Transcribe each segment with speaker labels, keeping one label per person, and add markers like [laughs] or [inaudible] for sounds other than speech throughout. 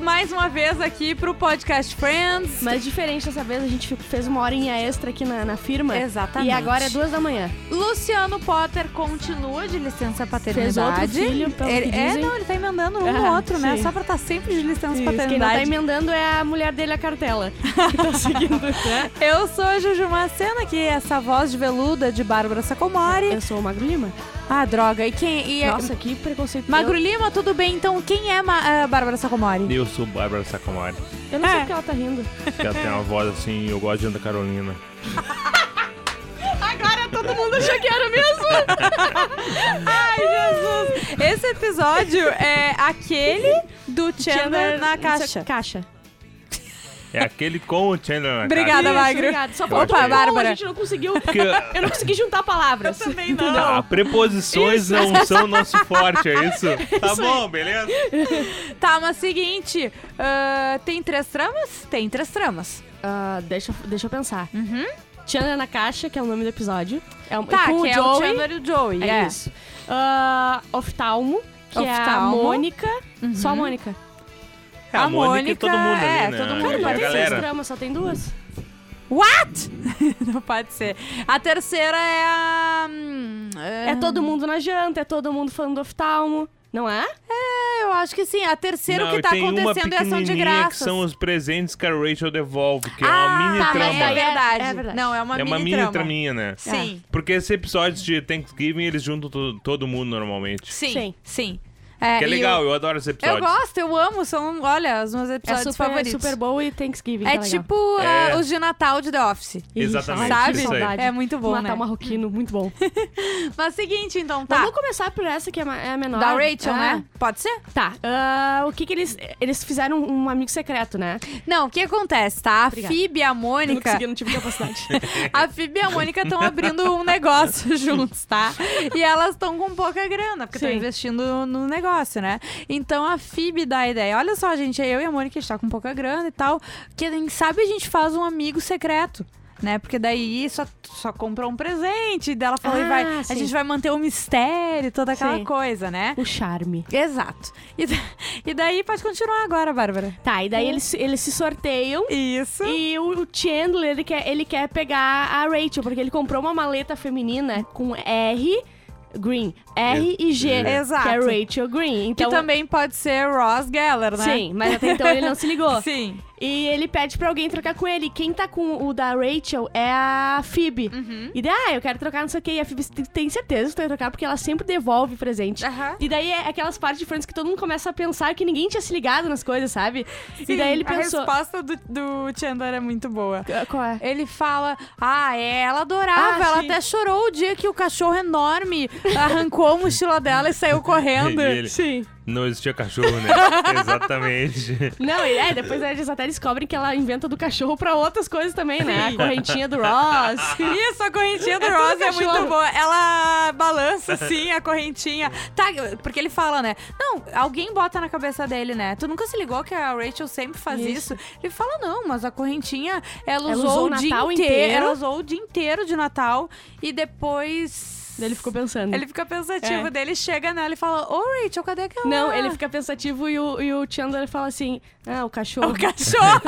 Speaker 1: mais uma vez aqui pro Podcast Friends.
Speaker 2: Mas diferente dessa vez, a gente fez uma horinha extra aqui na, na firma.
Speaker 1: Exatamente.
Speaker 2: E agora é duas da manhã.
Speaker 1: Luciano Potter continua de licença paternidade.
Speaker 2: Fez outro filho, pelo
Speaker 1: ele,
Speaker 2: que
Speaker 1: é,
Speaker 2: dizem.
Speaker 1: não, ele tá emendando um
Speaker 2: Ah,
Speaker 1: no outro, né?
Speaker 2: sim.
Speaker 1: Só pra estar sempre de licença
Speaker 2: Isso,
Speaker 1: paternidade.
Speaker 2: Quem não tá emendando é a mulher dele, a cartela.
Speaker 1: [laughs]
Speaker 2: Que tá seguindo, né?
Speaker 1: Eu sou a Juju Macena, que é essa voz de veluda de Bárbara Sacomori.
Speaker 2: É, Eu sou o Magro Lima.
Speaker 1: Ah, droga. E quem. E é-
Speaker 2: Nossa, que preconceito.
Speaker 1: Magro
Speaker 2: Eu,
Speaker 1: Lima, tudo bem? Então, quem é Ma- ah, Bárbara Sacomori?
Speaker 3: Eu sou Bárbara Sacomari.
Speaker 2: eu não sei
Speaker 1: É.
Speaker 2: porque ela tá rindo.
Speaker 3: que Ela tem uma voz assim, eu gosto de Ana Carolina.
Speaker 1: Agora todo mundo achou que era mesmo. [laughs] Ai, Jesus. Esse episódio é aquele do Chandler na caixa.
Speaker 2: Caixa.
Speaker 3: É aquele com o Chandler na
Speaker 1: Obrigada,
Speaker 2: Isso,
Speaker 1: Magro.
Speaker 2: obrigado. Só
Speaker 3: Eu
Speaker 2: faltou
Speaker 3: achei.
Speaker 2: um,
Speaker 1: Bárbara.
Speaker 2: A gente não conseguiu.
Speaker 3: cara.
Speaker 2: [laughs] Eu não consegui juntar palavras.
Speaker 1: Também
Speaker 3: Porque ah, preposições não são nosso forte, é
Speaker 1: [laughs]
Speaker 3: isso? Tá bom, beleza?
Speaker 1: Tá, mas seguinte, ah, tem três tramas? Tem três tramas.
Speaker 2: Ah, deixa, deixa eu pensar. Chandler na caixa, que é o nome do episódio. É um,
Speaker 1: Uhum. Tá, que
Speaker 2: com o
Speaker 1: é o
Speaker 2: Joey.
Speaker 1: Chandler e o Joey.
Speaker 2: É
Speaker 1: é.
Speaker 2: isso. Ah, oftalmo, que é a
Speaker 1: Oftalmo. Uhum.
Speaker 2: Mônica. Só a Mônica.
Speaker 3: É,
Speaker 1: A
Speaker 3: e
Speaker 1: Mônica,
Speaker 3: todo mundo
Speaker 1: é,
Speaker 3: ali, né?
Speaker 1: todo mundo.
Speaker 2: Cara,
Speaker 3: E
Speaker 2: não
Speaker 3: a
Speaker 2: tem seis
Speaker 3: galera.
Speaker 2: tramas, só tem duas.
Speaker 1: What? [laughs] Não pode ser. A terceira é a. hum,
Speaker 2: É todo mundo na janta, é todo mundo falando do oftalmo. Não é?
Speaker 1: É, eu acho que sim. A terceira, o
Speaker 3: Não,
Speaker 1: que
Speaker 3: e
Speaker 1: tá
Speaker 3: tem uma
Speaker 1: acontecendo é ação de
Speaker 3: pequenininha
Speaker 1: graças.
Speaker 3: que são os presentes que a Rachel devolve, que é
Speaker 1: ah,
Speaker 3: uma mini
Speaker 1: tá,
Speaker 3: trama.
Speaker 1: mas é verdade.
Speaker 2: É verdade.
Speaker 1: Não, é uma
Speaker 3: é uma
Speaker 1: mini
Speaker 3: mini
Speaker 1: trama. É.
Speaker 3: traminha, né?
Speaker 1: Sim,
Speaker 3: Porque esse episódio de Thanksgiving, eles juntam to- todo mundo normalmente.
Speaker 1: sim, sim.
Speaker 2: Sim.
Speaker 3: Que é
Speaker 1: e
Speaker 3: legal, eu adoro esse
Speaker 1: Eu, eu
Speaker 3: episódio.
Speaker 1: gosto, eu amo. São, olha, os meus
Speaker 2: É
Speaker 1: episódios
Speaker 2: super,
Speaker 1: favoritos.
Speaker 2: super boa e Thanksgiving.
Speaker 1: é
Speaker 2: tá legal.
Speaker 1: tipo
Speaker 3: É.
Speaker 1: ah, os de Natal de The Office.
Speaker 2: Ih,
Speaker 3: Exatamente,
Speaker 2: saudade,
Speaker 1: isso
Speaker 3: aí.
Speaker 2: saudade.
Speaker 1: É muito bom,
Speaker 2: Natal
Speaker 1: né?
Speaker 2: marroquino, muito bom.
Speaker 1: Mas seguinte, então, tá.
Speaker 2: Vamos começar por essa que é ma- é a menor.
Speaker 1: Da Rachel,
Speaker 2: É.
Speaker 1: né? Pode ser?
Speaker 2: Tá. ah, o que que eles... Eles fizeram um amigo secreto, né?
Speaker 1: Não, o que acontece, tá? A Phoebe e a
Speaker 2: Eu não
Speaker 1: Mônica...
Speaker 2: consegui, não tive capacidade. [laughs]
Speaker 1: A Phoebe e a Mônica estão abrindo um negócio juntos, tá? E elas estão com pouca grana, porque estão
Speaker 2: Sim.
Speaker 1: investindo no negócio, né? Então a Phoebe dá a ideia. Olha só, gente, eu e a Mônica está com pouca grana e tal. Quem sabe a gente faz um amigo secreto. Né? Porque daí só, só comprou um presente. Daí ela falou: e
Speaker 2: Ah,
Speaker 1: vai, a
Speaker 2: sim.
Speaker 1: gente vai manter o mistério, e toda aquela
Speaker 2: Sim.
Speaker 1: coisa, né?
Speaker 2: o charme.
Speaker 1: Exato. E, da- e daí pode continuar agora, Bárbara.
Speaker 2: Tá, e daí
Speaker 1: Uhum.
Speaker 2: eles, eles se sorteiam.
Speaker 1: Isso.
Speaker 2: E o o Chandler, ele quer, ele quer pegar a Rachel, porque ele comprou uma maleta feminina com R, Green, R e G,
Speaker 1: Exato.
Speaker 2: que é Rachel Green.
Speaker 1: que
Speaker 2: Então,
Speaker 1: também pode ser Ross Geller, né?
Speaker 2: Sim, mas até então ele não se
Speaker 1: [laughs]
Speaker 2: ligou.
Speaker 1: Sim.
Speaker 2: E ele pede pra alguém trocar com ele. Quem tá com o da Rachel é a Phoebe.
Speaker 1: Uhum.
Speaker 2: E daí, ah, eu quero trocar, não sei o que. E a Phoebe tem- tem certeza que vai trocar, porque ela sempre devolve presente.
Speaker 1: Aham.
Speaker 2: E daí é aquelas partes de Friends que todo mundo começa a pensar que ninguém tinha se ligado nas coisas, sabe? e daí ele
Speaker 1: a
Speaker 2: pensou...
Speaker 1: resposta do, do Chandler é muito boa.
Speaker 2: Qual é?
Speaker 1: Ele fala, ah, é, ela adorava,
Speaker 2: Ah,
Speaker 1: ela
Speaker 2: sim.
Speaker 1: até chorou o dia que o cachorro enorme arrancou a mochila dela e saiu correndo.
Speaker 3: E ele-
Speaker 2: Sim.
Speaker 3: Não existia cachorro,
Speaker 1: [laughs]
Speaker 3: né? Exatamente.
Speaker 2: Não, e é, depois eles até descobrem que ela inventa do cachorro pra outras coisas também, né? A correntinha do Ross. [laughs]
Speaker 1: Isso, a correntinha do
Speaker 2: É tudo
Speaker 1: Ross é
Speaker 2: cachorro.
Speaker 1: muito boa. Ela
Speaker 3: [laughs]
Speaker 1: balança, assim, a correntinha. Tá, porque ele fala, né? Não, alguém bota na cabeça dele, né? Tu nunca se ligou que a Rachel sempre faz isso?
Speaker 2: Isso.
Speaker 1: Ele fala, não, mas a correntinha, ela
Speaker 2: Ela
Speaker 1: usou,
Speaker 2: usou
Speaker 1: o
Speaker 2: o
Speaker 1: dia
Speaker 2: Natal
Speaker 1: inteiro.
Speaker 2: inteiro.
Speaker 1: Ela usou o dia inteiro de Natal e depois...
Speaker 2: Daí ele ficou pensando.
Speaker 1: Ele fica pensativo,
Speaker 2: É.
Speaker 1: dele chega nela e fala: Ô Rachel, cadê aquela?
Speaker 2: Não, ele fica pensativo e o, e o Chandler fala assim: Ah, o cachorro.
Speaker 1: [laughs] O
Speaker 2: [laughs]
Speaker 1: cachorro!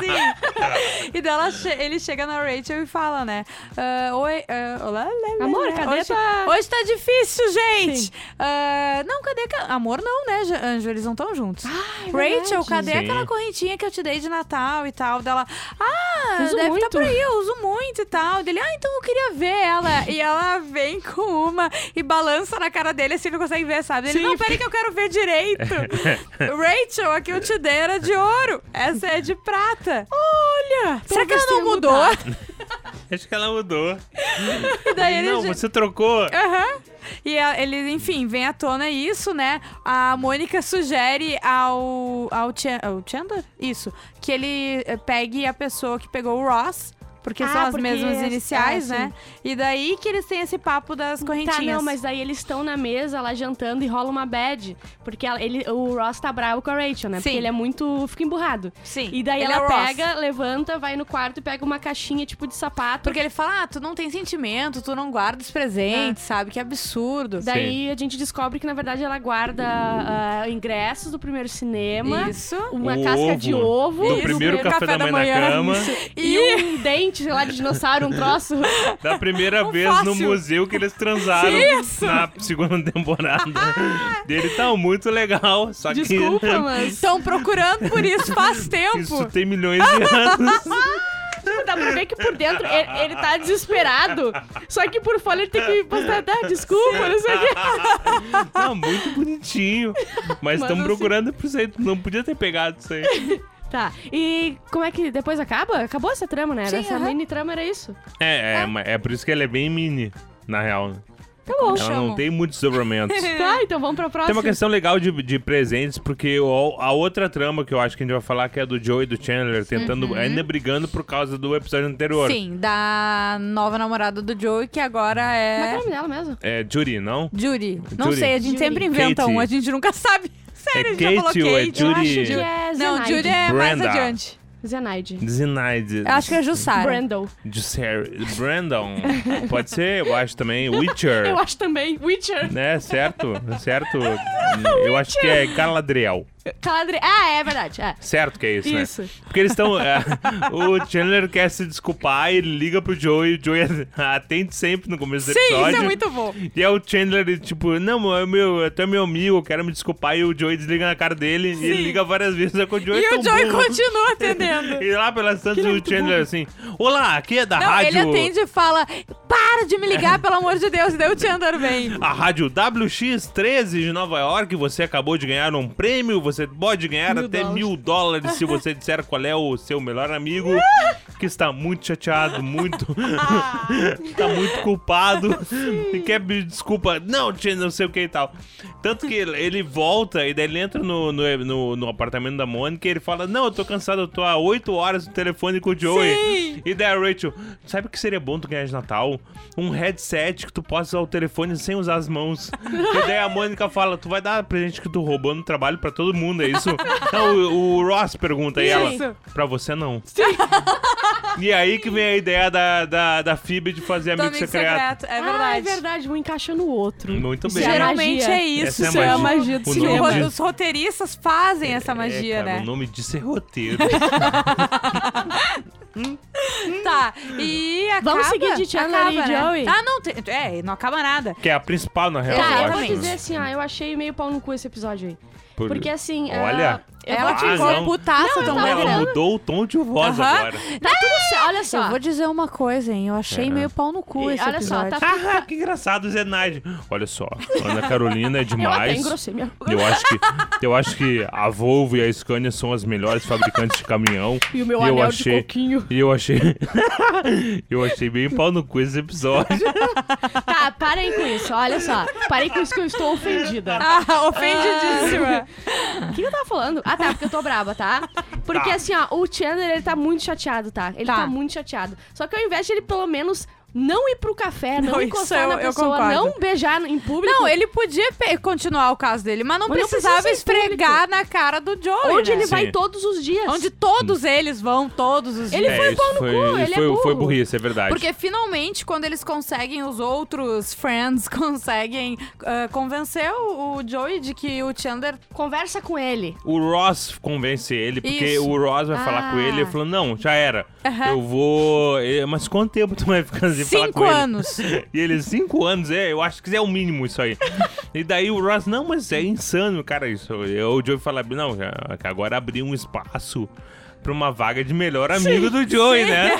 Speaker 1: Sim! E dela ele chega na Rachel e fala, né? "Ah, Oi. ah, olá, lá, lá,
Speaker 2: Amor,
Speaker 1: lá,
Speaker 2: cadê
Speaker 1: hoje,
Speaker 2: tua-
Speaker 1: hoje tá difícil, gente! Ah, não, cadê aquela. Amor, não, né, Ju- Anjo? Eles não estão juntos.
Speaker 2: Ah,
Speaker 1: Rachel,
Speaker 2: verdade. Tá,
Speaker 1: cadê
Speaker 3: Sim.
Speaker 1: aquela correntinha que eu te dei de Natal e tal? Dela. Ah,
Speaker 2: Uso
Speaker 1: deve estar
Speaker 2: muito."
Speaker 1: por aí, eu uso muito e tal. Dele, ah, então eu queria ver
Speaker 2: [laughs]
Speaker 1: ela. E ela vem com uma e balança na cara dele assim, não consegue ver, sabe? Ele,
Speaker 2: Sim,
Speaker 1: não, peraí que eu quero ver
Speaker 2: [laughs]
Speaker 1: direito. Rachel, aqui eu te dei era de ouro. Essa é de prata. Olha! Será que ela
Speaker 2: talvez
Speaker 1: não
Speaker 2: tenha
Speaker 1: mudou?
Speaker 2: mudado.
Speaker 3: Acho que ela mudou.
Speaker 1: E daí É, ele
Speaker 3: Não,
Speaker 1: já-
Speaker 3: você trocou.
Speaker 1: Aham. E a- ele, enfim, vem à tona isso, né? A Mônica sugere ao, ao, Chan- ao Chandler, isso, que ele eh, pegue a pessoa que pegou o Ross Porque é,
Speaker 2: Ah,
Speaker 1: são as
Speaker 2: porque
Speaker 1: mesmas
Speaker 2: as-
Speaker 1: iniciais,
Speaker 2: ah, sim.
Speaker 1: né? E daí que eles têm esse papo das correntinhas.
Speaker 2: Tá, não, mas daí eles estão na mesa lá jantando e rola uma bad. Porque ela- ele, o Ross tá bravo com a Rachel, né?
Speaker 1: Sim.
Speaker 2: Porque ele é muito. fica emburrado.
Speaker 1: Sim.
Speaker 2: E daí
Speaker 1: ele é
Speaker 2: ela
Speaker 1: o Ross.
Speaker 2: pega, levanta, vai no quarto e pega uma caixinha tipo de sapato.
Speaker 1: Porque ele fala, ah, tu não tem sentimento, tu não guarda os presentes, sabe? Que absurdo.
Speaker 2: Daí a gente descobre que, na verdade, ela guarda ah, ingressos do primeiro cinema,
Speaker 1: Isso.
Speaker 2: uma
Speaker 3: O
Speaker 2: casca
Speaker 3: ovo
Speaker 2: de ovo.
Speaker 3: Do
Speaker 1: Isso,
Speaker 3: primeiro
Speaker 1: primeiro
Speaker 3: café, da manhã, na cama.
Speaker 2: E
Speaker 3: [laughs]
Speaker 2: um dente, sei lá, de dinossauro, um troço.
Speaker 3: Da primeira
Speaker 1: Um
Speaker 3: vez no
Speaker 1: fóssil.
Speaker 3: museu que eles transaram
Speaker 1: Isso.
Speaker 3: na segunda temporada. Dele tá muito legal, só
Speaker 2: Desculpa,
Speaker 3: que
Speaker 2: mas
Speaker 1: Estão procurando por isso faz tempo.
Speaker 3: [laughs] isso tem milhões de anos.
Speaker 2: dá pra ver que por dentro ele, ele tá desesperado. Só que por fora ele tem que postar, tá, desculpa, não sei o quê.
Speaker 3: tá muito bonitinho. Mas
Speaker 2: Mas
Speaker 3: estão
Speaker 2: assim-
Speaker 3: procurando por isso aí. Não podia ter pegado isso aí.
Speaker 2: Tá, e como é que depois acaba? Acabou essa trama, né?
Speaker 1: Sim,
Speaker 2: essa
Speaker 1: aham.
Speaker 2: mini trama era isso.
Speaker 3: É, é, mas é por isso que ela é bem mini, na real. né?
Speaker 2: Tá bom.
Speaker 3: Ela
Speaker 1: chamam.
Speaker 3: não tem muitos dobramentos.
Speaker 1: [laughs] É.
Speaker 2: Tá, então vamos pra
Speaker 3: Tem
Speaker 2: próxima.
Speaker 3: uma questão legal de, de presentes, porque o- a outra trama que eu acho que a gente vai falar, que é do Joe e do Chandler, tentando, ainda brigando por causa do episódio anterior.
Speaker 1: Uhum. Sim, da nova namorada do Joey, que agora
Speaker 2: Como é que é o
Speaker 1: é.
Speaker 2: nome dela mesmo?
Speaker 3: É Judy, não?
Speaker 1: Judy. Não
Speaker 3: Judy.
Speaker 1: sei, a gente
Speaker 2: Judy.
Speaker 1: sempre inventa
Speaker 3: Katie.
Speaker 1: um, a gente nunca [laughs] sabe. Sério, a gente
Speaker 3: Katie
Speaker 1: já falou
Speaker 3: ou é
Speaker 1: Kate.
Speaker 2: Eu
Speaker 3: Judy-
Speaker 2: acho que é
Speaker 1: Não,
Speaker 2: Zenaide.
Speaker 1: Judy é mais
Speaker 3: Brenda.
Speaker 1: adiante.
Speaker 2: Zenaide.
Speaker 3: Zinaide.
Speaker 1: Eu acho que é Jussara.
Speaker 2: Brandon.
Speaker 3: Jussari- Brandon. Pode ser, eu acho também. Witcher.
Speaker 2: Eu acho também. Witcher.
Speaker 3: Né, certo? Certo. Eu acho que é Galadriel.
Speaker 2: Caladre. Ah, é verdade. É.
Speaker 3: Certo que é isso, né?
Speaker 2: Isso.
Speaker 3: Porque eles estão. é, o Chandler quer se desculpar, ele liga pro Joey, o Joey [laughs] atende sempre no começo do
Speaker 1: Sim,
Speaker 3: episódio.
Speaker 1: isso é muito bom.
Speaker 3: E é o Chandler, ele, tipo, não, é meu, tu é meu amigo, eu quero me desculpar. E o Joey desliga na cara dele e ele liga várias vezes. Só que o Joey é
Speaker 1: E
Speaker 3: tão
Speaker 1: o Joey
Speaker 3: burro.
Speaker 1: continua
Speaker 3: [laughs]
Speaker 1: atendendo.
Speaker 3: E lá pelas tantas
Speaker 2: Ele é
Speaker 3: o
Speaker 2: muito
Speaker 3: Chandler
Speaker 2: burro.
Speaker 3: assim: Olá, aqui é da
Speaker 1: Não,
Speaker 3: rádio.
Speaker 1: ele atende e fala: para de me ligar, pelo amor de Deus, e daí o Chandler vem.
Speaker 3: A rádio WX13 de Nova York, você acabou de ganhar um prêmio, você pode ganhar
Speaker 2: Mil
Speaker 3: até
Speaker 2: dólares.
Speaker 3: mil dólares se você disser qual é o seu melhor amigo, que está muito chateado, muito. [laughs] tá muito culpado e quer pedir desculpa. Não, tinha não sei o que e tal. Tanto que ele- ele volta e daí ele entra no, no, no- no apartamento da Mônica e ele fala: Não, eu tô cansado, eu tô há 8 horas no telefone com o Joey.
Speaker 1: Sim.
Speaker 3: E daí a Rachel, sabe o que seria bom tu ganhar de Natal? Um headset que tu possa usar o telefone sem usar as mãos. e daí a Mônica fala: Tu vai dar presente que tu roubou no trabalho pra todo mundo,
Speaker 1: [laughs]
Speaker 3: é isso? não, o, o Ross pergunta e
Speaker 1: Isso.
Speaker 3: ela: Pra você não. E é aí que vem a ideia da, da, da Phoebe de fazer
Speaker 1: Do
Speaker 3: amigo, secreto.
Speaker 1: É
Speaker 2: Ah, é
Speaker 1: verdade.
Speaker 2: verdade. Um encaixa no outro.
Speaker 3: Muito
Speaker 2: Isso
Speaker 3: bem.
Speaker 2: é
Speaker 1: Geralmente
Speaker 2: magia.
Speaker 1: é isso,
Speaker 3: Essa é a
Speaker 1: isso
Speaker 3: magia.
Speaker 1: do
Speaker 3: O
Speaker 1: cinema.
Speaker 3: nome disso-
Speaker 1: Os roteiristas fazem essa magia,
Speaker 3: É, cara, O
Speaker 1: né?
Speaker 3: nome disso é roteiro.
Speaker 1: Tá, e acaba...
Speaker 2: Vamos seguir de Chandler
Speaker 1: acaba,
Speaker 2: e
Speaker 1: né?
Speaker 2: Joey?
Speaker 1: Ah, não, tem- é, não acaba nada.
Speaker 3: que é a principal, na real,
Speaker 2: Tá,
Speaker 3: eu
Speaker 2: eu
Speaker 3: acho.
Speaker 2: vou
Speaker 1: Exatamente.
Speaker 2: dizer assim, ah, eu achei meio pau no cu esse episódio aí.
Speaker 3: Por-
Speaker 2: Porque assim. ah,
Speaker 3: Olha.
Speaker 2: eu
Speaker 1: Ela
Speaker 2: vou te
Speaker 3: Ah,
Speaker 1: ficou
Speaker 3: não.
Speaker 1: putaça
Speaker 2: Não,
Speaker 1: tão
Speaker 2: eu tava
Speaker 3: Ela
Speaker 1: grande.
Speaker 2: olhando.
Speaker 3: mudou o tom de voz
Speaker 1: Aham.
Speaker 3: agora.
Speaker 2: Tá tudo certo. Olha só.
Speaker 1: Eu vou dizer uma coisa, hein? Eu achei meio pau no cu
Speaker 2: E
Speaker 1: esse
Speaker 2: olha só,
Speaker 1: episódio.
Speaker 2: tá
Speaker 3: Ah, que engraçado, Zenaide. Olha só, Ana Carolina
Speaker 2: [laughs]
Speaker 3: é
Speaker 2: Eu até
Speaker 3: demais.
Speaker 2: engrossei minha.
Speaker 3: Eu acho, que, eu acho que a Volvo e a Scania são as melhores fabricantes de caminhão.
Speaker 2: E o meu
Speaker 3: E eu
Speaker 2: anel
Speaker 3: achei-
Speaker 2: de coquinho.
Speaker 3: E eu achei. [laughs] eu achei bem pau no cu esse episódio.
Speaker 2: [laughs] Tá, parem com isso, olha só. Parem com isso que eu estou ofendida.
Speaker 1: Ah, ofendidíssima.
Speaker 2: O que eu tava falando? Ah, tá, porque eu tô braba, tá? Porque
Speaker 3: Tá.
Speaker 2: assim, ó, o Chandler, ele tá muito chateado, tá? Ele
Speaker 1: Tá.
Speaker 2: tá, muito chateado. Só que ao invés de ele, pelo menos, não ir pro café, não,
Speaker 1: Não, isso
Speaker 2: encostar
Speaker 1: eu-
Speaker 2: na
Speaker 1: eu
Speaker 2: pessoa,
Speaker 1: concordo.
Speaker 2: não beijar em
Speaker 1: [laughs]
Speaker 2: público.
Speaker 1: Não, ele podia pe- continuar o caso dele, mas não
Speaker 2: Mas não
Speaker 1: precisava
Speaker 2: precisa ser
Speaker 1: esfregar na cara do Joey,
Speaker 2: Onde
Speaker 1: né?
Speaker 2: ele
Speaker 3: Sim.
Speaker 2: vai todos os dias.
Speaker 1: Onde todos eles vão, todos os
Speaker 2: Ele
Speaker 1: dias.
Speaker 2: foi
Speaker 3: isso
Speaker 2: pau no
Speaker 3: foi,
Speaker 2: cu,
Speaker 3: isso
Speaker 2: ele é
Speaker 3: foi, foi
Speaker 2: burro.
Speaker 3: burrice, é verdade.
Speaker 1: Porque finalmente, quando eles conseguem, os outros friends [laughs] conseguem ah, convencer o, o Joey de que o Chandler.
Speaker 2: Conversa com ele.
Speaker 3: O Ross convence ele, porque
Speaker 1: Isso.
Speaker 3: o Ross vai
Speaker 2: Ah.
Speaker 3: falar com ele e falou: Não, já era.
Speaker 1: Aham.
Speaker 3: Eu vou. eh, Mas quanto tempo tu vai ficar sem falar com
Speaker 1: Cinco
Speaker 3: ele?
Speaker 1: anos.
Speaker 3: [laughs] E ele, cinco anos, é, eu acho que é o mínimo isso aí. e daí o Ross, não, mas é insano, cara, isso. Eu, o Joey fala, não, já, que agora abriu um espaço pra uma vaga de melhor amigo do Joey, né?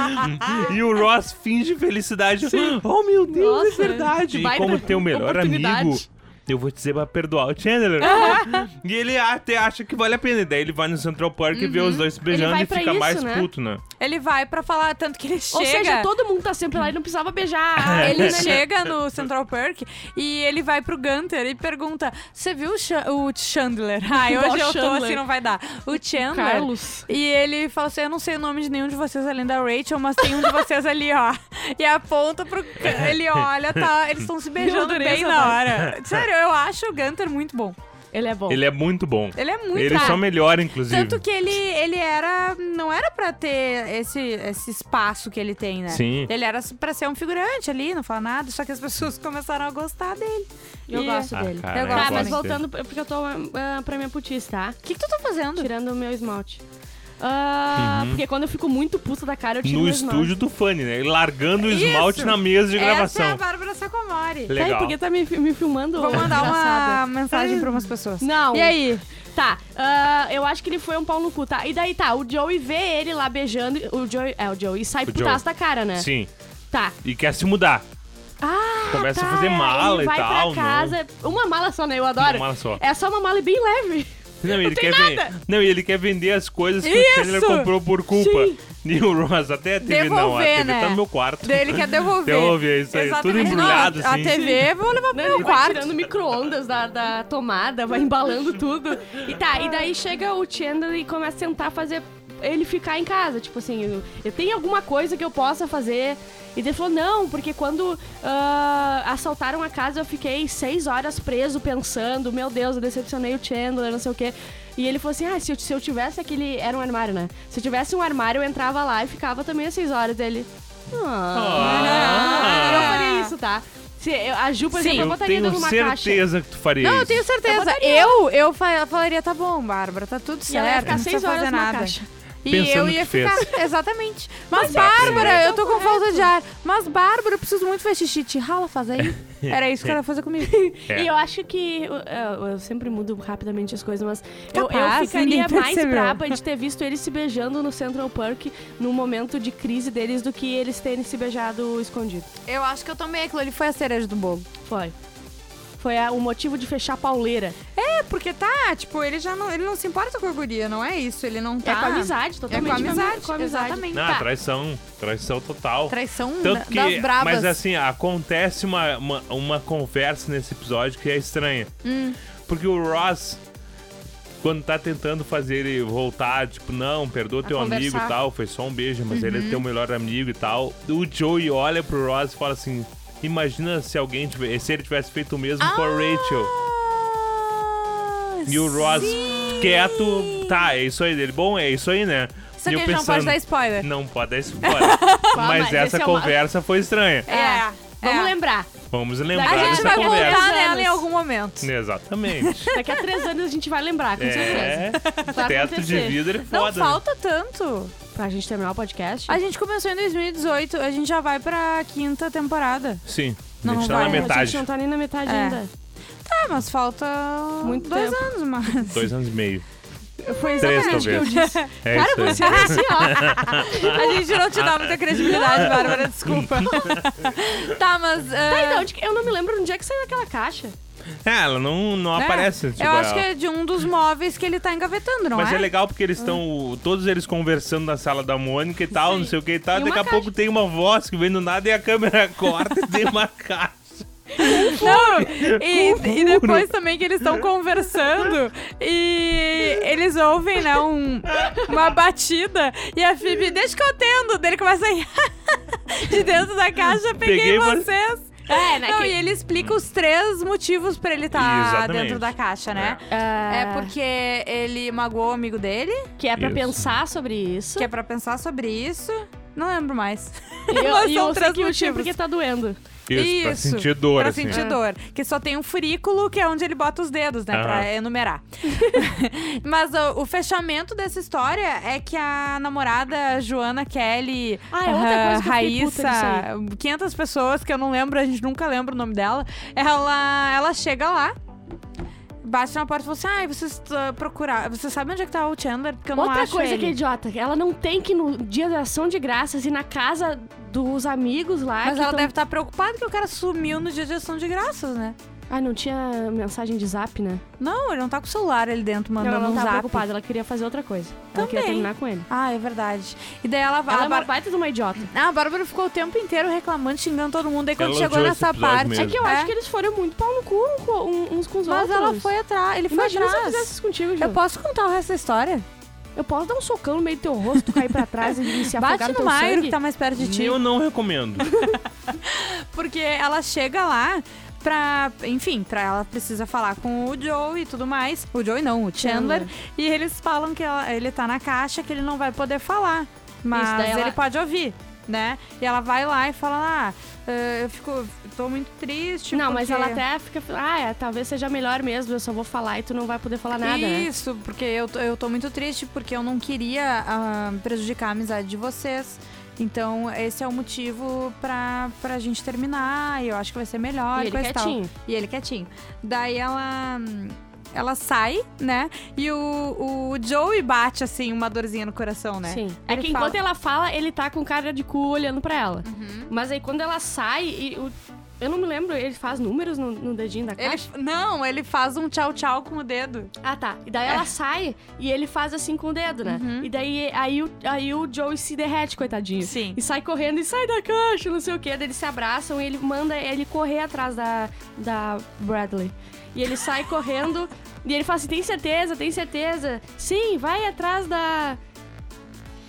Speaker 1: [laughs]
Speaker 3: e o Ross finge felicidade. Oh, meu Deus,
Speaker 2: Nossa,
Speaker 3: é verdade. E
Speaker 2: baita
Speaker 3: como teu melhor
Speaker 2: oportunidade.
Speaker 3: amigo... Eu vou te dizer pra perdoar o
Speaker 1: [laughs]
Speaker 3: Chandler.
Speaker 1: Uhum.
Speaker 3: e ele até acha que vale a pena. E daí ele vai no Central Park e vê os dois se beijando
Speaker 2: vai
Speaker 3: e
Speaker 2: pra
Speaker 3: fica
Speaker 2: isso,
Speaker 3: mais
Speaker 2: né?
Speaker 3: puto, né?
Speaker 1: Ele vai pra falar, tanto que ele
Speaker 2: Ou
Speaker 1: chega.
Speaker 2: seja, todo mundo tá sempre lá e não precisava
Speaker 3: [laughs]
Speaker 2: beijar.
Speaker 1: [laughs]
Speaker 3: É.
Speaker 2: né?
Speaker 1: Ele chega no Central Park e ele vai pro Gunter e pergunta: Você viu o, Cha- o
Speaker 2: [laughs]
Speaker 1: Chandler? Ai,
Speaker 2: Ó,
Speaker 1: hoje eu tô
Speaker 2: Chandler.
Speaker 1: assim, não vai dar. O Chandler.
Speaker 2: Carlos.
Speaker 1: E ele fala assim: Eu não sei o nome de nenhum de vocês além da Rachel, mas tem um de vocês ali, ó. [laughs] E aponta pro. Ele olha, tá. Eles estão se beijando
Speaker 2: adorei
Speaker 1: bem
Speaker 2: essa
Speaker 1: na hora. Sério, eu acho o Gunter muito bom.
Speaker 2: Ele é bom.
Speaker 3: Ele é muito bom.
Speaker 1: Ele é muito
Speaker 3: Ele
Speaker 1: bom.
Speaker 3: só melhora, inclusive.
Speaker 1: Tanto que ele, ele era. Não era pra ter esse, esse espaço que ele tem, né?
Speaker 3: Sim.
Speaker 1: Ele era pra ser um figurante ali, não falar nada, só que as pessoas [laughs] começaram a gostar dele.
Speaker 2: Eu
Speaker 1: E-
Speaker 2: gosto
Speaker 3: Ah,
Speaker 2: dele.
Speaker 3: cara,
Speaker 1: Eu
Speaker 3: eu
Speaker 1: gosto
Speaker 2: Tá, mas
Speaker 1: dele.
Speaker 3: gosto
Speaker 2: voltando, porque eu tô ah, pra minha putice, tá?
Speaker 1: O que, que tu tá fazendo?
Speaker 2: Tirando o meu esmalte. Ah, Porque quando eu fico muito puta da cara, eu tiro
Speaker 3: Uhum. No
Speaker 2: meu
Speaker 3: estúdio
Speaker 2: esmalte.
Speaker 3: do Fanny, né? Largando o
Speaker 1: Isso.
Speaker 3: esmalte na mesa de
Speaker 1: Essa é a
Speaker 3: gravação.
Speaker 1: Bárbara Sacomori.
Speaker 2: Tá, e
Speaker 3: Legal.
Speaker 2: por que tá me, fi- me filmando?
Speaker 1: Vou
Speaker 2: ô,
Speaker 1: mandar uma
Speaker 2: desgraçada?
Speaker 1: mensagem pra umas pessoas.
Speaker 2: Não.
Speaker 1: E aí?
Speaker 2: Tá, ah, eu acho que ele foi um pau no cu, tá? E daí tá, o Joey vê ele lá beijando, o Joey, é, o Joey sai
Speaker 3: Joey.
Speaker 2: putaço da cara, né?
Speaker 3: Sim.
Speaker 2: Tá.
Speaker 3: E quer se mudar.
Speaker 2: Ah,
Speaker 3: Começa a
Speaker 2: tá,
Speaker 3: fazer mala
Speaker 2: ele
Speaker 3: e
Speaker 2: vai
Speaker 3: tal,
Speaker 2: Pra
Speaker 3: não.
Speaker 2: casa, Uma mala só, né? Eu adoro.
Speaker 3: Uma mala só.
Speaker 2: É só uma mala e bem leve.
Speaker 3: Não, ele
Speaker 2: tem
Speaker 3: quer
Speaker 2: nada.
Speaker 3: ven- Não, e ele quer vender as coisas que
Speaker 1: Isso.
Speaker 3: o Chandler comprou por culpa.
Speaker 2: Sim.
Speaker 3: E o Ross até a TV não, a
Speaker 1: Devolver,
Speaker 3: TV
Speaker 1: né?
Speaker 3: tá no meu quarto.
Speaker 1: Daí Ele quer devolver.
Speaker 3: Devolver, isso aí, tudo embrulhado,
Speaker 1: Não, a-
Speaker 3: assim.
Speaker 1: A TV, vou levar pro
Speaker 2: Né?
Speaker 1: meu
Speaker 2: Ele vai
Speaker 1: quarto.
Speaker 2: tirando micro-ondas da, da tomada, vai embalando tudo. E tá, e daí chega o Chandler e começa a tentar fazer ele ficar em casa. Tipo assim, eu, eu tenho alguma coisa que eu possa fazer. E ele falou, não, porque quando ah, assaltaram a casa eu fiquei seis horas preso pensando, meu Deus, eu decepcionei o Chandler, não sei o quê. E ele falou assim, ah, se eu, se eu tivesse aquele... Era um armário, né? Se eu tivesse um armário, eu entrava lá e ficava também às seis horas. Daí ele... Ah, eu
Speaker 3: Ah.
Speaker 2: faria isso, tá? Se, eu- a Ju, por
Speaker 1: Sim.
Speaker 2: exemplo, eu
Speaker 3: Eu
Speaker 2: botaria
Speaker 3: tenho
Speaker 2: dentro de uma caixa.
Speaker 3: certeza que tu faria
Speaker 1: Não, eu
Speaker 3: isso.
Speaker 1: tenho certeza.
Speaker 2: um.
Speaker 1: Eu, eu, fa- falaria, tá bom, Bárbara, tá tudo
Speaker 2: E ela ia
Speaker 1: certo.
Speaker 2: ficar
Speaker 1: não
Speaker 2: seis
Speaker 1: precisa
Speaker 2: horas
Speaker 1: fazer
Speaker 2: numa
Speaker 1: nada.
Speaker 2: caixa.
Speaker 1: E
Speaker 3: Pensando
Speaker 1: eu ia
Speaker 3: que fez.
Speaker 1: ficar, exatamente. [laughs] Mas, é, Bárbara, eu tô com falta de ar. Mas, Bárbara, eu preciso muito fazer xixi. Te rala, faz
Speaker 3: [laughs]
Speaker 1: aí. Era isso que ela ia fazer comigo.
Speaker 3: É.
Speaker 2: E eu acho que. eu- Eu, eu sempre mudo rapidamente as coisas, mas eu- eu,
Speaker 1: Capaz,
Speaker 2: ficaria
Speaker 1: ninguém
Speaker 2: mais
Speaker 1: percebeu.
Speaker 2: braba de ter visto eles se beijando no Central Park num momento de crise deles do que eles terem se beijado escondido.
Speaker 1: [laughs] Eu acho que eu tomei aquilo ali, foi a cereja do bolo.
Speaker 2: Foi. Foi a- o motivo de fechar a pauleira.
Speaker 1: É, porque tá, tipo, ele já não, ele não se importa com a guria, não é isso? Ele não tá...
Speaker 2: É com a amizade,
Speaker 1: É
Speaker 2: totalmente.
Speaker 1: com a amizade,
Speaker 2: com a amizade.
Speaker 1: exatamente.
Speaker 3: Não,
Speaker 2: Tá.
Speaker 3: traição. Traição total.
Speaker 1: Traição da-
Speaker 3: Tanto que,
Speaker 1: das bravas.
Speaker 3: mas assim, acontece uma, uma, uma conversa nesse episódio que é estranha.
Speaker 1: Hum.
Speaker 3: Porque o Ross, quando tá tentando fazer ele voltar, tipo, não, perdoa teu amigo
Speaker 1: conversar. Uhum.
Speaker 3: e tal, foi só um beijo, mas ele é teu melhor amigo e tal. O Joey olha pro Ross e fala assim: imagina se alguém tive- se ele tivesse feito o mesmo com a Rachel.
Speaker 1: Ah,
Speaker 3: E o Ross
Speaker 1: sim.
Speaker 3: quieto, tá, é isso aí dele. Bom, é isso aí, né?
Speaker 1: Só
Speaker 3: E
Speaker 1: que
Speaker 3: eu
Speaker 1: a gente não pode dar spoiler.
Speaker 3: Não pode dar spoiler.
Speaker 1: [laughs]
Speaker 3: mas
Speaker 2: mas
Speaker 3: essa
Speaker 2: esse é uma-
Speaker 3: conversa foi estranha.
Speaker 1: É, é.
Speaker 2: Vamos lembrar.
Speaker 3: Vamos
Speaker 1: A
Speaker 3: lembrar
Speaker 2: Daqui
Speaker 1: gente
Speaker 3: dessa
Speaker 1: vai
Speaker 3: conversa.
Speaker 1: voltar
Speaker 2: conversa.
Speaker 1: nela em algum momento.
Speaker 3: Exatamente.
Speaker 1: [laughs]
Speaker 2: Daqui a três anos a gente vai lembrar, com certeza.
Speaker 3: É,
Speaker 2: Vai
Speaker 3: teto de
Speaker 2: acontecer.
Speaker 3: vidro é
Speaker 1: Não
Speaker 3: foda. né?
Speaker 1: falta tanto.
Speaker 2: Pra gente terminar o podcast.
Speaker 1: A gente começou em 2018, a gente já vai pra quinta temporada.
Speaker 3: Sim,
Speaker 1: Não
Speaker 3: a gente tá
Speaker 1: vai.
Speaker 3: na
Speaker 2: A
Speaker 3: metade.
Speaker 2: gente não tá nem na metade
Speaker 1: É.
Speaker 2: ainda.
Speaker 1: Tá, mas falta
Speaker 2: Muito
Speaker 1: dois
Speaker 2: tempo.
Speaker 1: anos, mas. [laughs]
Speaker 3: [laughs] Dois anos e meio.
Speaker 2: Foi
Speaker 3: Três,
Speaker 2: exatamente o que eu
Speaker 3: talvez.
Speaker 2: disse.
Speaker 3: É
Speaker 2: Cara,
Speaker 3: isso aí.
Speaker 2: você é assim, ó.
Speaker 1: A gente não te dá muita credibilidade, Bárbara,
Speaker 3: [laughs]
Speaker 1: desculpa. tá, mas. ah,
Speaker 2: Tá, então, onde que- eu não me lembro onde é que saiu aquela caixa.
Speaker 3: É, ela não, não
Speaker 1: né?
Speaker 3: aparece. Tipo,
Speaker 1: Eu acho
Speaker 3: ela-
Speaker 1: que é de um dos móveis que ele tá engavetando, não
Speaker 3: Mas
Speaker 1: é?
Speaker 3: é legal porque eles estão. Todos eles conversando na sala da Mônica e tal, não sei o que e tal.
Speaker 2: E
Speaker 3: daqui
Speaker 2: uma
Speaker 3: a pouco tem uma voz que vem do nada e a
Speaker 1: [laughs]
Speaker 3: câmera corta e tem uma caixa.
Speaker 1: Não, e, e depois também que eles estão conversando e eles ouvem, né, um- uma batida e a Phoebe, deixa que eu atendo, daí ele começa a ir [laughs] de dentro da caixa, peguei,
Speaker 3: Peguei vo-
Speaker 1: vocês.
Speaker 2: É, né,
Speaker 1: Não,
Speaker 2: que-
Speaker 1: e ele explica os três motivos pra ele estar
Speaker 3: Exatamente.
Speaker 1: dentro da caixa, né? É porque ele magoou o amigo dele,
Speaker 2: Que é pra
Speaker 3: Isso.
Speaker 2: pensar sobre isso.
Speaker 1: que é pra pensar sobre isso. Não lembro mais. [laughs]
Speaker 2: E eu,
Speaker 1: Mas
Speaker 2: e
Speaker 1: é são três
Speaker 2: eu sei que eu tinha
Speaker 1: motivos.
Speaker 2: porque tá doendo.
Speaker 3: Isso, pra
Speaker 1: Isso,
Speaker 3: sentir dor,
Speaker 1: pra
Speaker 3: assim.
Speaker 2: É.
Speaker 1: sentir dor. Que só tem um furículo, que é onde ele bota os dedos, né? Pra
Speaker 3: Aham.
Speaker 1: enumerar. [laughs] Mas ó, o, fechamento dessa história é que a namorada Joana Kelly,
Speaker 2: Ah, é outra
Speaker 1: ah,
Speaker 2: coisa que eu fiquei puta
Speaker 1: Raíssa, 500 pessoas que eu não lembro, a gente nunca lembra o nome dela, ela, ela chega lá. Bate na porta e fala assim: Ai, vocês ah, procurar. Vocês sabem onde é que tá o Chandler? Porque eu não
Speaker 2: Outra
Speaker 1: acho
Speaker 2: coisa
Speaker 1: ele.
Speaker 2: que é idiota, ela não tem que no dia da ação de graças e na casa dos amigos lá.
Speaker 1: Mas
Speaker 2: que
Speaker 1: ela tá
Speaker 2: tão-
Speaker 1: deve estar preocupada que o cara sumiu no dia de ação de graças, né?
Speaker 2: Ah, não tinha mensagem de zap, né?
Speaker 1: Não, ele não tá com o celular ali dentro
Speaker 2: Não,
Speaker 1: mandando
Speaker 2: ela não
Speaker 1: um
Speaker 2: tava
Speaker 1: zap.
Speaker 2: preocupada, ela queria fazer outra coisa. Ela queria
Speaker 1: Também.
Speaker 2: terminar com ele.
Speaker 1: Ah, é verdade. E daí ela,
Speaker 2: Ela
Speaker 1: a
Speaker 2: é uma
Speaker 1: Bar-
Speaker 2: baita de uma idiota.
Speaker 1: Ah, a Bárbara ficou o tempo inteiro reclamando, xingando todo mundo. Aí quando
Speaker 3: Ela
Speaker 1: chegou
Speaker 3: odiou
Speaker 1: nessa
Speaker 3: esse episódio
Speaker 1: parte.
Speaker 3: mesmo.
Speaker 2: É que eu acho que eles foram muito pau no cu um co- um- uns com os
Speaker 1: Mas
Speaker 2: outros.
Speaker 1: ela foi atrás. Ele foi
Speaker 2: Imagina se eu
Speaker 1: atrás.
Speaker 2: fizesse isso contigo, Ju.
Speaker 1: Eu posso contar o resto da história?
Speaker 2: Eu posso dar um socão no meio do teu rosto, tu cair pra trás e
Speaker 1: [laughs]
Speaker 2: e se afogar
Speaker 1: Bate
Speaker 2: no
Speaker 1: no
Speaker 2: teu
Speaker 1: Mauro,
Speaker 2: sangue.
Speaker 1: que tá mais perto de ti.
Speaker 3: Eu não recomendo.
Speaker 1: Porque ela chega lá pra. Enfim, pra ela precisa falar com o Joe e tudo mais. O Joe não, o Chandler.
Speaker 2: Chandler.
Speaker 1: E eles falam que ela- ele tá na caixa, que ele não vai poder falar.
Speaker 2: Isso,
Speaker 1: Mas
Speaker 2: daí
Speaker 1: ele
Speaker 2: ela-
Speaker 1: pode ouvir, né? E ela vai lá e fala: Ah, eh, eu fico. tô muito triste.
Speaker 2: não, mas
Speaker 1: Tipo, porque-
Speaker 2: ela até fica... Ah, é, talvez seja melhor mesmo, eu só vou falar e tu não vai poder falar nada, né?
Speaker 1: Isso, porque eu tô, eu tô muito triste porque eu não queria ah, prejudicar a amizade de vocês. Então, esse é o motivo pra, pra gente terminar. E eu acho que vai ser melhor.
Speaker 2: E ele
Speaker 1: coisa e tal.
Speaker 2: quietinho.
Speaker 1: E ele quietinho. Daí ela. Ela sai, né? E o, o Joey bate, assim, uma dorzinha no coração, né?
Speaker 2: Sim. É
Speaker 1: Ele
Speaker 2: que
Speaker 1: fala- Uhum.
Speaker 2: enquanto ela fala, ele tá com cara de cu olhando pra ela. Mas aí quando ela sai, e o- eu não me lembro, ele faz números no, no dedinho da
Speaker 1: Ele,
Speaker 2: caixa?
Speaker 1: não, ele faz um tchau-tchau com o dedo.
Speaker 2: Ah, tá. E
Speaker 1: É.
Speaker 2: daí ela sai e ele faz assim com o dedo, né?
Speaker 1: Uhum.
Speaker 2: E daí aí o, aí o Joey se derrete, coitadinho.
Speaker 1: Sim.
Speaker 2: E sai correndo e sai da caixa, não sei o quê. Daí eles se abraçam e ele manda ele correr atrás da, da Bradley. E ele sai correndo e ele fala assim: tem certeza, tem certeza? Sim, vai atrás da.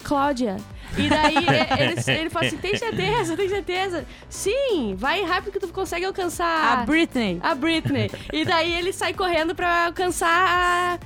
Speaker 2: Cláudia.
Speaker 1: [laughs]
Speaker 2: E daí e- ele, ele fala assim: tem certeza, tem certeza? Sim, vai rápido que tu consegue alcançar.
Speaker 1: A Britney.
Speaker 2: A Britney. E daí ele sai correndo pra alcançar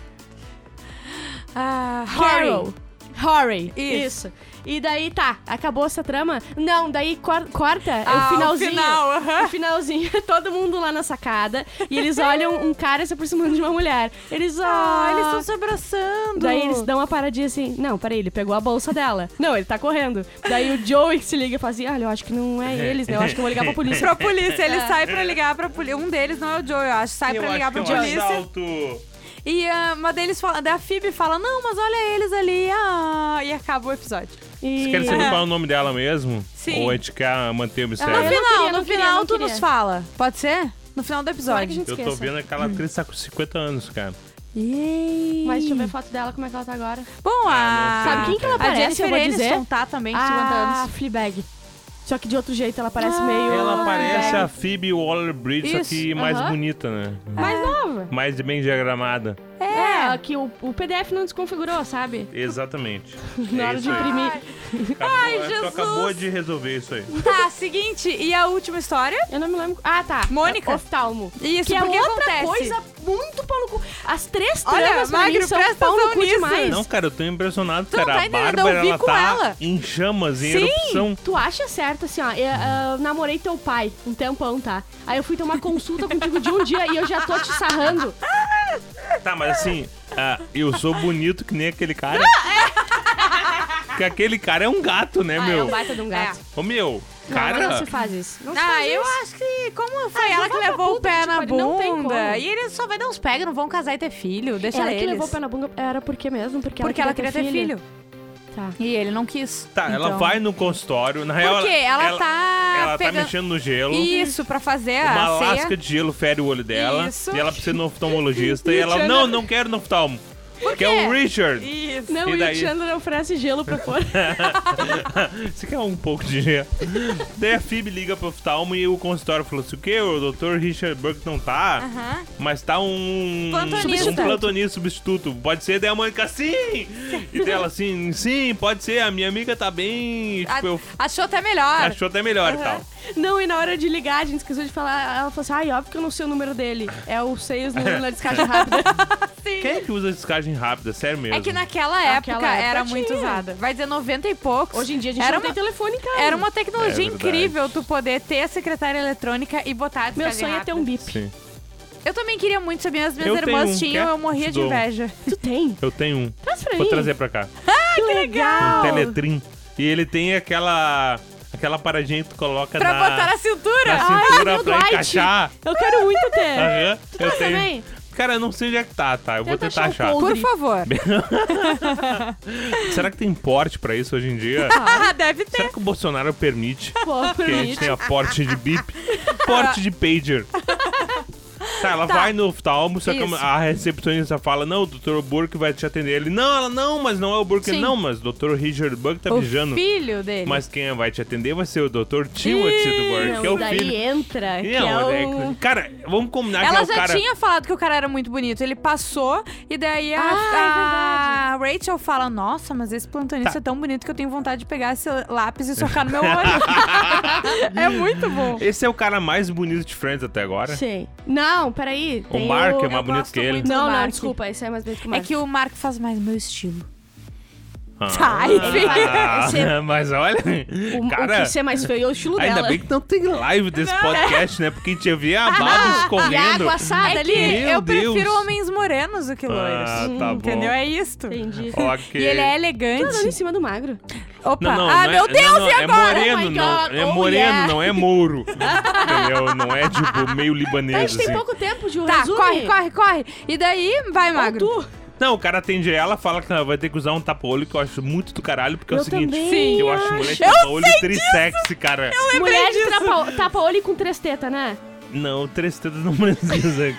Speaker 1: A
Speaker 2: a
Speaker 1: Carol. É
Speaker 2: Carol. Harry.
Speaker 1: Isso.
Speaker 2: Isso. E daí tá, acabou essa trama? Não, daí cor- corta é
Speaker 1: Ah, o
Speaker 2: o finalzinho.
Speaker 1: final, aham.
Speaker 2: O finalzinho, [laughs] é todo mundo lá na sacada. E eles olham um cara se aproximando de uma mulher. Eles olham.
Speaker 1: Ah, eles estão se abraçando.
Speaker 2: Daí eles dão uma paradinha assim. Não, peraí, ele pegou a bolsa dela. Não, ele tá correndo. Daí o Joey que se liga e fala assim: olha, eu acho que não é eles, né? Eu acho que eu vou ligar pra polícia.
Speaker 1: um [laughs] pra polícia. Ele sai pra ligar pra polícia. Um deles não é o Joe, eu acho. Sai
Speaker 3: eu
Speaker 1: pra ligar pra
Speaker 3: acho que é um
Speaker 1: polícia.
Speaker 3: assalto.
Speaker 1: E ah, uma deles fala, da Phoebe fala, não, mas olha eles ali. Ah, e acaba o episódio.
Speaker 2: E...
Speaker 3: Você quer saber qual é o nome dela mesmo?
Speaker 1: Sim.
Speaker 3: Ou é de cá manter o
Speaker 1: No
Speaker 2: Tá. eu
Speaker 3: mistério?
Speaker 2: não
Speaker 1: final,
Speaker 2: queria,
Speaker 1: no
Speaker 2: não queria,
Speaker 1: final
Speaker 2: não
Speaker 1: tu
Speaker 2: queria.
Speaker 1: nos fala. Pode ser? No final do
Speaker 2: Tomara que a
Speaker 1: episódio.
Speaker 2: gente
Speaker 3: Eu tô
Speaker 2: esqueça.
Speaker 3: vendo aquela atriz tá com 50 anos, cara.
Speaker 1: Yay.
Speaker 2: Mas deixa eu ver a foto dela, como é que ela tá agora.
Speaker 1: Bom, a...
Speaker 3: Ah, não sei.
Speaker 2: Sabe quem que ela
Speaker 1: A
Speaker 2: parece,
Speaker 1: Jennifer
Speaker 2: eu vou
Speaker 1: Aniston
Speaker 2: dizer?
Speaker 1: tá também, de 50
Speaker 2: Ah,
Speaker 1: anos. Ah,
Speaker 2: Fleabag. Só que de outro jeito, ela parece meio...
Speaker 3: Ela parece
Speaker 2: Fleabag.
Speaker 3: a Phoebe Waller-Bridge, só
Speaker 1: é. Isso, Ah.
Speaker 3: que mais
Speaker 2: aham.
Speaker 3: bonita, né?
Speaker 2: Mais nova.
Speaker 3: Mais bem diagramada.
Speaker 2: É, que o, o PDF não desconfigurou, sabe?
Speaker 3: Exatamente.
Speaker 2: Na
Speaker 3: é
Speaker 2: hora
Speaker 3: isso
Speaker 2: de
Speaker 3: aí.
Speaker 2: imprimir.
Speaker 3: Acabou,
Speaker 1: Ai,
Speaker 3: acho que
Speaker 1: Jesus.
Speaker 3: acabou de resolver isso aí.
Speaker 2: [laughs]
Speaker 1: Tá, seguinte, e a última história?
Speaker 2: Eu não me lembro... Ah, tá.
Speaker 1: Mônica.
Speaker 2: Oftalmo.
Speaker 1: Isso,
Speaker 2: que é
Speaker 1: porque
Speaker 2: outra
Speaker 1: acontece.
Speaker 2: coisa muito pau no cu. As três
Speaker 1: Olha,
Speaker 2: tramas pra
Speaker 1: Magro,
Speaker 2: mim são
Speaker 1: presta
Speaker 2: pau no
Speaker 1: atenção
Speaker 2: cu
Speaker 1: nisso.
Speaker 2: demais.
Speaker 3: Não, cara, eu tô impressionado,
Speaker 1: não
Speaker 3: cara.
Speaker 1: tá
Speaker 3: a
Speaker 1: entendendo, eu
Speaker 3: Bárbara,
Speaker 1: vi
Speaker 3: ela
Speaker 1: com
Speaker 3: tá
Speaker 1: ela.
Speaker 3: em chamas, em
Speaker 1: Sim.
Speaker 3: erupção.
Speaker 2: Tu acha certo, assim, ó, eu, eu namorei teu pai um tempão, tá? Aí eu fui ter uma consulta contigo de um dia e eu já tô te sarrando.
Speaker 3: Tá, mas assim, ah, eu sou bonito que nem aquele cara.
Speaker 1: Ah,
Speaker 3: Porque aquele cara é um gato, né,
Speaker 2: Ah, é
Speaker 3: meu?
Speaker 2: um baita de um gato.
Speaker 3: Ô, meu,
Speaker 2: Não,
Speaker 3: cara...
Speaker 2: Não, se faz isso. Não se
Speaker 1: Ah,
Speaker 2: faz
Speaker 1: eu
Speaker 2: isso.
Speaker 1: acho que como foi ela
Speaker 2: vai
Speaker 1: que
Speaker 2: pra
Speaker 1: levou o
Speaker 2: puta
Speaker 1: pé
Speaker 2: que te
Speaker 1: na
Speaker 2: pariu, não tem
Speaker 1: bunda.
Speaker 2: como.
Speaker 1: E eles só vai dar uns pega, não vão casar e ter filho. Deixa
Speaker 2: Ela
Speaker 1: eles.
Speaker 2: que levou o pé na bunda era porque mesmo? Porque,
Speaker 1: Porque ela queria ter filho.
Speaker 2: Tá.
Speaker 1: E ele não quis.
Speaker 3: Tá, ela
Speaker 1: Então-
Speaker 3: vai no consultório. Na real,
Speaker 1: Porque ela, tá
Speaker 3: ela tá
Speaker 1: pegando...
Speaker 3: mexendo no gelo.
Speaker 1: Isso, pra fazer
Speaker 3: Uma
Speaker 1: a ceia.
Speaker 3: lasca de gelo fere o olho dela.
Speaker 1: Isso.
Speaker 3: E ela precisa de
Speaker 1: [laughs]
Speaker 3: um oftalmologista. e
Speaker 2: E o
Speaker 3: ela,
Speaker 2: Chandler-
Speaker 3: não, não quero no oftalmo. Porque é o Richard.
Speaker 1: Isso.
Speaker 2: Não,
Speaker 3: E
Speaker 2: e,
Speaker 3: daí?
Speaker 2: o Chandler oferece gelo pra
Speaker 3: [laughs]
Speaker 2: fora.
Speaker 3: Você quer um pouco de gelo? [laughs] Daí a Phoebe liga pro oftalmo e o consultório falou assim, o quê? O doutor Richard Burke não tá?
Speaker 1: Aham.
Speaker 3: Mas tá um...
Speaker 1: Plantonista.
Speaker 3: Um plantonista substituto. Pode ser? Daí a Mônica, sim! E dela, sim, sim, pode ser. A minha amiga tá bem... e,
Speaker 1: A-
Speaker 3: Tipo, eu...
Speaker 1: Achou até melhor.
Speaker 3: Achou até melhor e tal.
Speaker 2: Não, e na hora de ligar, a gente esqueceu de falar. Ela falou assim: ai, óbvio que eu não sei o número dele. É o 6 no na descarga
Speaker 3: [laughs]
Speaker 2: rápida.
Speaker 1: Sim.
Speaker 3: Quem é que usa descagem rápida? Sério mesmo.
Speaker 1: É que naquela época,
Speaker 2: Naquela
Speaker 1: era
Speaker 2: época
Speaker 1: muito
Speaker 2: tinha.
Speaker 1: usada. Vai dizer 90 e poucos.
Speaker 2: Hoje em dia a gente
Speaker 1: era
Speaker 2: não tem
Speaker 1: uma...
Speaker 2: telefone em casa.
Speaker 1: Era uma tecnologia
Speaker 3: É verdade.
Speaker 1: incrível tu poder ter a secretária eletrônica e botar a
Speaker 2: Meu
Speaker 1: descarga
Speaker 2: sonho é ter um
Speaker 1: rápida.
Speaker 2: bip.
Speaker 3: Sim.
Speaker 1: Eu também queria muito saber, as minhas
Speaker 3: Eu
Speaker 1: irmãs
Speaker 3: tenho um,
Speaker 1: tinham,
Speaker 3: quer?
Speaker 1: eu morria
Speaker 3: Te
Speaker 1: de
Speaker 3: dou um.
Speaker 1: inveja.
Speaker 2: Tu tem?
Speaker 3: Eu tenho um.
Speaker 2: Traz pra
Speaker 3: Vou
Speaker 2: mim.
Speaker 3: trazer pra cá. Um
Speaker 2: Ah, que legal.
Speaker 3: Teletrim. E ele tem aquela. aquela paradinha que tu coloca
Speaker 1: Pra
Speaker 3: É na,
Speaker 1: botar na cintura. Ah,
Speaker 3: na
Speaker 1: Ai,
Speaker 3: cintura
Speaker 2: meu
Speaker 3: pra
Speaker 2: Dwight.
Speaker 3: encaixar.
Speaker 2: Eu quero muito ter.
Speaker 3: Aham. Eu
Speaker 2: tá
Speaker 3: tenho.
Speaker 2: também?
Speaker 3: Cara, eu não sei onde é que tá, tá? Eu vou
Speaker 2: Tenta
Speaker 3: tentar
Speaker 2: achar
Speaker 3: achar.
Speaker 2: o
Speaker 1: por
Speaker 2: Audrey.
Speaker 1: favor.
Speaker 3: Será que tem porte pra isso hoje em dia?
Speaker 1: [laughs] Ah, deve ter.
Speaker 3: Será que o Bolsonaro permite
Speaker 2: Pô, tipo,
Speaker 3: que a gente
Speaker 2: permite.
Speaker 3: tenha porte de bip? Porte de pager. Tá, ela
Speaker 1: Tá.
Speaker 3: vai no oftalmo, só que
Speaker 1: Isso.
Speaker 3: a recepcionista fala, não, o doutor Burke vai te atender. Ele, não, ela, não, mas não é o Burke.
Speaker 1: Sim.
Speaker 3: Não, mas o doutor Richard Burke tá
Speaker 1: o
Speaker 3: mijando.
Speaker 1: filho dele.
Speaker 3: Mas quem vai te atender vai ser o doutor Timothy do Burke, que é
Speaker 2: Não,
Speaker 3: o
Speaker 2: daí
Speaker 3: filho.
Speaker 2: entra, que é
Speaker 3: Não, é
Speaker 2: o...
Speaker 3: Cara, vamos combinar
Speaker 1: Ela
Speaker 3: que é
Speaker 1: já
Speaker 3: o cara...
Speaker 1: tinha falado que o cara era muito bonito. Ele passou e daí
Speaker 2: é
Speaker 1: a,
Speaker 2: Ah,
Speaker 1: a Rachel fala: Nossa, mas esse plantonista
Speaker 3: Tá.
Speaker 1: é tão bonito que eu tenho vontade de pegar esse lápis e socar no
Speaker 3: [laughs]
Speaker 1: meu olho. é muito bom.
Speaker 3: Esse é o cara mais bonito de Friends até agora.
Speaker 2: Sei. Não, peraí.
Speaker 3: O
Speaker 2: tem
Speaker 3: Mark é
Speaker 1: eu
Speaker 3: mais bonito
Speaker 1: gosto
Speaker 3: que ele.
Speaker 1: muito.
Speaker 2: Não, não,
Speaker 1: Mark.
Speaker 2: desculpa, esse é mais bonito que o
Speaker 1: É
Speaker 2: Mark.
Speaker 1: que o Marco faz mais meu estilo.
Speaker 3: Ah,
Speaker 1: [laughs] Tá, enfim.
Speaker 2: Esse-
Speaker 3: [laughs] mas olha,
Speaker 2: O, o
Speaker 3: cara,
Speaker 2: que ser mais feio é o estilo
Speaker 3: ainda
Speaker 2: dela.
Speaker 3: bem que não tem live desse podcast, né? Porque a gente via a
Speaker 2: Ah,
Speaker 3: Babs
Speaker 2: E a
Speaker 3: correndo.
Speaker 2: água assada ali.
Speaker 3: Meu
Speaker 1: eu prefiro
Speaker 3: Deus.
Speaker 1: homens morenos do que loiros.
Speaker 3: Ah, tá bom.
Speaker 1: Entendeu? É isto.
Speaker 2: Entendi.
Speaker 3: Ok.
Speaker 1: E ele é
Speaker 2: Tá andando em
Speaker 1: elegante.
Speaker 2: cima do magro.
Speaker 1: Opa,
Speaker 3: Não, não,
Speaker 1: ah,
Speaker 3: não é-
Speaker 1: meu Deus,
Speaker 3: não, não,
Speaker 1: e agora?
Speaker 3: É
Speaker 2: Oh
Speaker 3: moreno,
Speaker 2: my
Speaker 3: não,
Speaker 2: God,
Speaker 3: é
Speaker 2: oh
Speaker 3: moreno,
Speaker 2: yeah.
Speaker 3: não é mouro. Entendeu? Não é tipo meio
Speaker 2: Tá, a
Speaker 3: libanês
Speaker 2: gente tem
Speaker 3: assim.
Speaker 2: pouco tempo, Ju.
Speaker 1: Tá,
Speaker 2: resume.
Speaker 1: corre, corre, corre. E daí, vai,
Speaker 2: Ou
Speaker 1: magro.
Speaker 2: tu.
Speaker 3: Não, o cara atende ela, fala que ela vai ter que usar um tapa-olho, que eu acho muito do caralho, porque é o
Speaker 2: Eu
Speaker 3: seguinte,
Speaker 2: também
Speaker 3: que eu acho
Speaker 2: acho.
Speaker 3: mulher de
Speaker 1: Eu
Speaker 3: tapa-olho trissexy, cara.
Speaker 2: Mulher de
Speaker 1: disso.
Speaker 2: trapa- tapa-olho com três tetas, né?
Speaker 3: Não, três tetas não [laughs] precisa.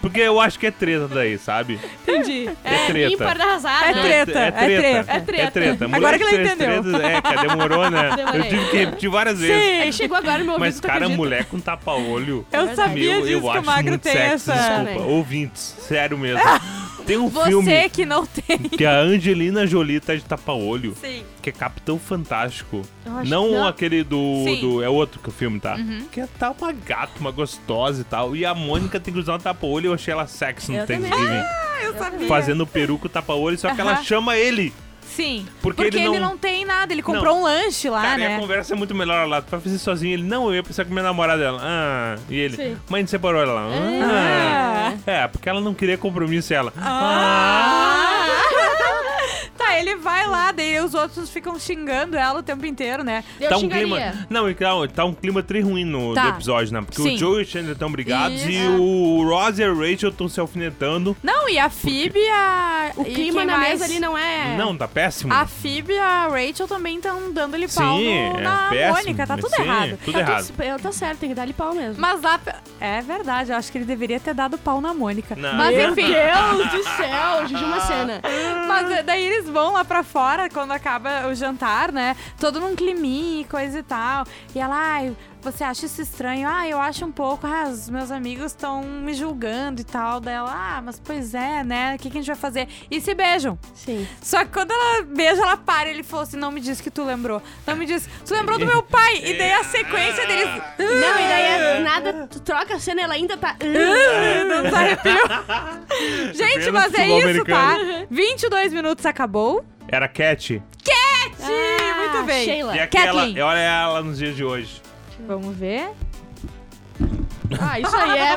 Speaker 3: Porque eu acho que é treta daí, sabe?
Speaker 2: Entendi.
Speaker 3: É treta.
Speaker 2: ímpar da né? arrasada.
Speaker 1: É
Speaker 3: Não,
Speaker 1: treta. é treta.
Speaker 2: É treta.
Speaker 3: É treta. Mulher
Speaker 1: Agora que
Speaker 3: de
Speaker 1: ela
Speaker 3: três
Speaker 1: entendeu.
Speaker 3: tetas- é, cara, demorou, né? Eu
Speaker 2: Demorei.
Speaker 3: tive que repetir várias vezes.
Speaker 2: É que chegou agora no meu ouvido,
Speaker 3: Mas,
Speaker 2: tu
Speaker 3: cara,
Speaker 2: acredita?
Speaker 3: mulher com tapa-olho.
Speaker 1: Eu
Speaker 2: É verdade.
Speaker 1: sabia
Speaker 3: Meu,
Speaker 1: disso
Speaker 3: eu
Speaker 1: que
Speaker 3: acho
Speaker 1: o magro
Speaker 3: muito
Speaker 1: tem
Speaker 3: sexy,
Speaker 1: essa.
Speaker 3: desculpa. Ouvintes,
Speaker 1: [laughs]
Speaker 3: sério mesmo. Tem um
Speaker 1: Você
Speaker 3: filme
Speaker 1: que não tem.
Speaker 3: que a Angelina Jolie tá de tapa-olho,
Speaker 1: Sim.
Speaker 3: que é Capitão Fantástico.
Speaker 2: Eu acho
Speaker 3: Não,
Speaker 2: que não. Uhum.
Speaker 3: aquele do,
Speaker 1: Sim.
Speaker 3: do- É outro que o filme tá. Que é tá uma gata, uma gostosa e tal. E a Mônica tem que usar um tapa-olho. Eu achei ela sexy no
Speaker 2: Eu também.
Speaker 3: Thanksgiving.
Speaker 1: Ah, eu sabia.
Speaker 3: Fazendo peruca, tapa-olho, só que ela
Speaker 1: Aham.
Speaker 3: chama ele.
Speaker 1: Sim.
Speaker 3: Porque ele
Speaker 1: ele,
Speaker 3: não-
Speaker 1: não... tem nada. Ele comprou um lanche lá,
Speaker 3: Cara, e
Speaker 1: né?
Speaker 3: a conversa é muito melhor lá. Tu vai fazer sozinho. Ele, não, eu ia precisar com minha namorada. Ela, ah. E ele,
Speaker 2: Sim.
Speaker 3: mãe, te separou ela. Ah.
Speaker 1: Ah.
Speaker 3: É, porque ela não queria compromisso. Ela, Ah,
Speaker 1: [laughs] Tá, ele vai lá, daí os outros ficam xingando ela o tempo inteiro, né?
Speaker 2: Eu
Speaker 3: tá um
Speaker 2: xingaria.
Speaker 3: clima. Não, e tá, tá um clima tri ruim no
Speaker 1: Tá.
Speaker 3: do episódio, né? Porque o
Speaker 1: Sim.
Speaker 3: Joe e o Chandler estão brigados
Speaker 1: Isso.
Speaker 3: e o Ross e a Rachel estão se alfinetando.
Speaker 1: Não, e a Phoebe, a.
Speaker 2: O clima na mesa ali não é...
Speaker 3: Não, tá péssimo.
Speaker 1: A Phoebe e a Rachel também estão dando-lhe
Speaker 3: Sim,
Speaker 1: pau no-
Speaker 3: é
Speaker 1: na
Speaker 3: péssimo,
Speaker 1: Mônica. Tá tudo
Speaker 3: sim,
Speaker 1: errado.
Speaker 3: Tudo
Speaker 2: Tá
Speaker 3: errado.
Speaker 2: Eu tá certo, tem que dar-lhe pau mesmo.
Speaker 1: Mas lá. pe- É verdade, eu acho que ele deveria ter dado pau na Mônica.
Speaker 3: Não.
Speaker 1: Mas
Speaker 2: Meu
Speaker 1: enfim.
Speaker 2: Deus do céu, Juju Macena.
Speaker 1: Mas eh, daí eles vão lá pra fora quando acaba o jantar, né? Todo num climinha e coisa e tal. E ela, ai, você acha isso estranho? Ah, eu acho um pouco. Ah, os meus amigos estão me julgando e tal. Daí ela, ah, mas pois é, né? O que, que a gente vai fazer? E se beijam.
Speaker 2: Sim.
Speaker 1: Só que quando ela beija, ela para. Ele falou assim: não me diz que tu lembrou. Não me diz, tu lembrou do meu pai. E daí a sequência deles.
Speaker 2: Não, e daí é nada, tu troca a cena, ela ainda tá...
Speaker 1: [laughs] Não tá
Speaker 3: [laughs]
Speaker 1: arrepio. Gente,
Speaker 3: Apenas
Speaker 1: mas é
Speaker 3: futebol
Speaker 1: isso, tá?
Speaker 3: americano.
Speaker 1: 22 minutos acabou.
Speaker 3: Era Cat.
Speaker 1: Sim,
Speaker 3: Ah,
Speaker 1: muito bem.
Speaker 2: Ah, Sheila.
Speaker 3: E aquela,
Speaker 1: Kathleen.
Speaker 3: olha ela nos dias de hoje.
Speaker 1: Vamos ver.
Speaker 2: Ah, isso aí [laughs] é...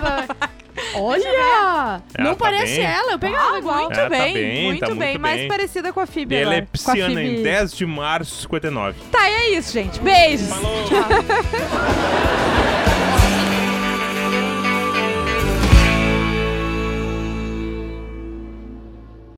Speaker 2: Olha!
Speaker 3: Ela
Speaker 2: não
Speaker 3: tá
Speaker 2: parece
Speaker 3: bem?
Speaker 2: ela, eu pegava igual.
Speaker 1: Ah, muito
Speaker 3: Ela tá
Speaker 1: bem,
Speaker 3: bem,
Speaker 1: muito
Speaker 3: tá
Speaker 1: bem.
Speaker 3: muito
Speaker 1: Mais
Speaker 3: bem.
Speaker 1: parecida com a Phoebe
Speaker 3: E ela é
Speaker 1: agora. Com a
Speaker 3: pisciana em
Speaker 1: Phoebe.
Speaker 3: 10 de março de 59.
Speaker 1: Tá, e é isso, gente. Beijos.
Speaker 3: Falou!